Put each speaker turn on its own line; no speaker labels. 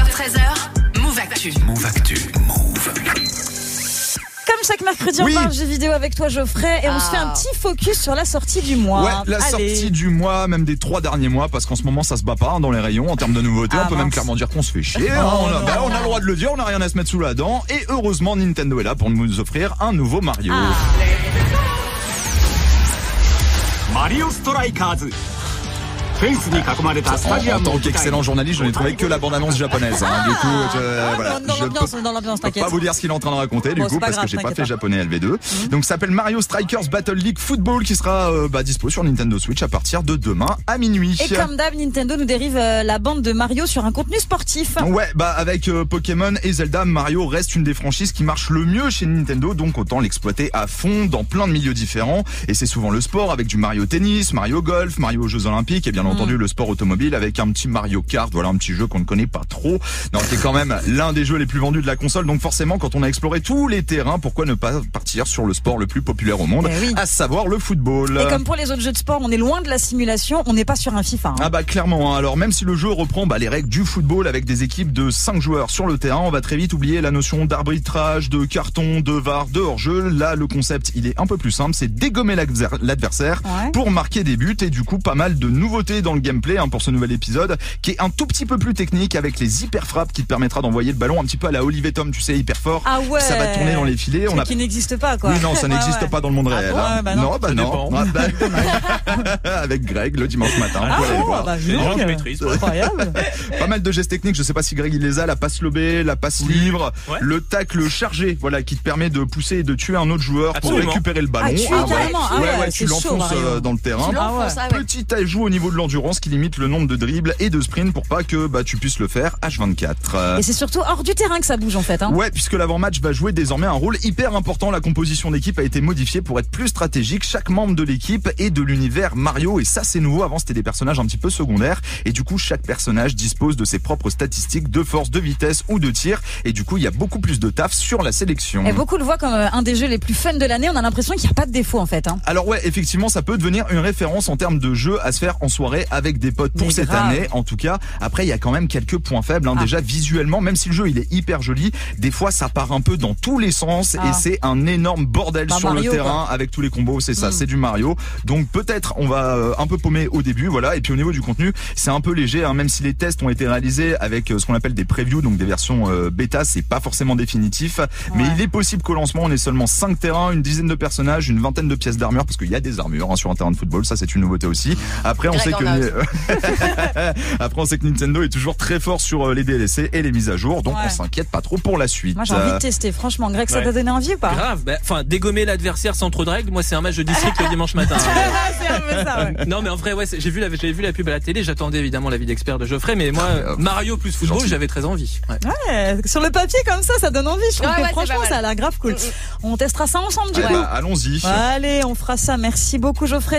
13h, Move Actu.
Move Actu. Move.
Comme chaque mercredi, on
Oui.
parle jeux vidéo avec toi, Geoffrey, et on se fait un
Ah.
petit focus sur la sortie du mois.
Ouais, la
Allez.
sortie du mois, même des trois derniers mois, parce qu'en ce moment ça se bat pas hein, dans les rayons en termes de nouveautés.
Ah,
on peut
mince. Ah,
même clairement dire qu'on se fait chier. hein, on, a, bah, on a le droit de le dire, on a rien à se mettre sous la dent. Et heureusement, Nintendo est là pour nous offrir un nouveau Mario.
Ah,
「マリオストライカーズ」フェンスに囲まれたス
En,
タジア
en
ムを
tant
舞台
qu'excellent
に
journaliste, je n'ai trouvé que la bande-annonce japonaise. hein. Du coup, je, voilà,
on est dans
je
l'ambiance,
peux-
on est dans l'ambiance,
je peux
t'inquiète.
pas vous dire ce qu'il est en train de raconter, du
Bon, c'est
coup,
pas
parce
grave,
que j'ai pas
t'inquiète
fait
pas. Mhm.
japonais LV2. Donc, ça s'appelle Mario Strikers Battle League Football, qui sera euh, bah, dispo sur Nintendo Switch à partir de demain à minuit.
Et comme d'hab, Nintendo nous dérive euh, la bande de Mario sur un contenu sportif.
Ouais, bah avec euh, Pokémon et Zelda, Mario reste une des franchises qui marche le mieux chez Nintendo, donc autant l'exploiter à fond dans plein de milieux différents. Et c'est souvent le sport avec du Mario tennis, Mario golf, Mario aux Jeux Olympiques et
Mm.
bien entendu le sport automobile avec un petit Mario Kart, voilà un petit jeu qu'on ne connaît pas trop, non qui est quand même l'un des jeux les plus vendus de la console. Donc forcément, quand on a exploré tous les terrains, pourquoi ne pas partir sur le sport le plus populaire au monde,
Eh oui.
à savoir le football.
Et comme pour les autres jeux de sport, on est loin de la simulation, on n'est pas sur un FIFA. hein.
Ah bah clairement, hein. alors même si le jeu reprend bah, les règles du football avec des équipes de 5 joueurs sur le terrain, on va très vite oublier la notion d'arbitrage, de carton, de VAR, de hors-jeu. Là, le concept, il est un peu plus simple, c'est dégommer l'adver- l'adversaire
Ouais.
pour marquer des buts et du coup pas mal de nouveautés dans le gameplay hein, pour ce nouvel épisode qui est un tout petit peu plus technique avec les hyper frappes qui te permettra d'envoyer le ballon un petit peu à la Olivier Tom, tu sais, hyper fort.
Ah ouais.
Ça va tourner dans les filets.
Truc
On a
qui n'existe pas, quoi.
oui, non, ça
Ouais,
n'existe
ouais.
pas dans le monde
Ah
réel.
bon
hein.
Ouais, bah non.
bah non. Ah, bah- Avec Greg le dimanche matin. vous allez
Ah, bon,
voir.
ah bah, je
gens qui
euh,
maîtrisent, ouais.
Incroyable.
Pas mal de gestes techniques, je sais pas si Greg il les a, la passe lobée, la passe libre,
Ouais.
le tacle chargé, voilà, qui te permet de pousser et de tuer un autre joueur pour
Absolument.
récupérer le ballon.
Ah, tuer carrément. Ah
ouais,
ouais,
ouais,
c'est
tu
chaud,
l'enfonces
Mario.
euh, dans le terrain.
Tu l'enfonces, ah ouais.
Petit ajout au niveau de l'endurance qui limite le nombre de dribbles et de sprints pour pas que bah, tu puisses le faire H24. Euh,
Et c'est surtout hors du terrain que ça bouge, en fait. hein.
Ouais, puisque l'avant-match va jouer désormais un rôle hyper important. La composition d'équipe a été modifiée pour être plus stratégique. Chaque membre de l'équipe est de l'univers Mario et ça c'est nouveau. Avant c'était des personnages un petit peu secondaires et du coup chaque personnage dispose de ses propres statistiques de force, de vitesse ou de tir et du coup il y a beaucoup plus de taf sur la sélection.
Et beaucoup le voient comme euh, un des jeux les plus fun de l'année. On a l'impression qu'il n'y a pas de défaut, en fait. hein.
Alors ouais, effectivement, ça peut devenir une référence en termes de jeu à se faire en soirée avec des potes pour
Mais
cette
grave.
année. En tout cas, après, il y a quand même quelques points faibles. hein.
Ah.
Déjà, visuellement, même si le jeu il est hyper joli, des fois ça part un peu dans tous les sens
Ah.
et c'est un énorme bordel
Bah,
sur
Mario, Mm.
le terrain avec tous les combos. C'est ça, c'est du Mario. Donc peut-être on va euh, un peu paumer au début, voilà. Et puis au niveau du contenu, c'est un peu léger, hein. même si les tests ont été réalisés avec euh, ce qu'on appelle des previews, donc des versions euh, bêta, c'est pas forcément définitif. Mais
Ouais.
il est possible qu'au lancement, on ait seulement 5 terrains, une dizaine de personnages, une vingtaine de pièces d'armure, parce qu'il y a des armures hein, sur un terrain de football, ça c'est une nouveauté aussi. Après, on
Greg
sait que...
en a aussi.
Après, on sait que Nintendo est toujours très fort sur euh, les DLC et les mises à jour, donc
Ouais.
on s'inquiète pas trop pour la suite. Euh,
Moi, j'ai envie de tester. Franchement, Greg, ça
ouais.
t'a donné envie ou pas
Grave, bah, enfin dégommer l'adversaire sans trop de règles, moi c'est un match de district le dimanche matin.
C'est un peu ça, ouais.
Non mais en vrai ouais, c'est- j'ai vu la j'ai vu la pub à la télé, j'attendais évidemment l'avis d'expert de Geoffrey Ah, mais moi
euh,
Mario plus football,
gentil.
j'avais très envie. Ouais.
Ouais, sur le papier comme ça, ça donne envie. Je trouve
Ouais,
que
ouais, c'est pas
franchement,
mal. Mm,
ça a l'air grave cool. On testera ça ensemble du
Allez,
coup.
bah, eh allons-y.
Allez, on fera ça. Merci beaucoup Geoffrey.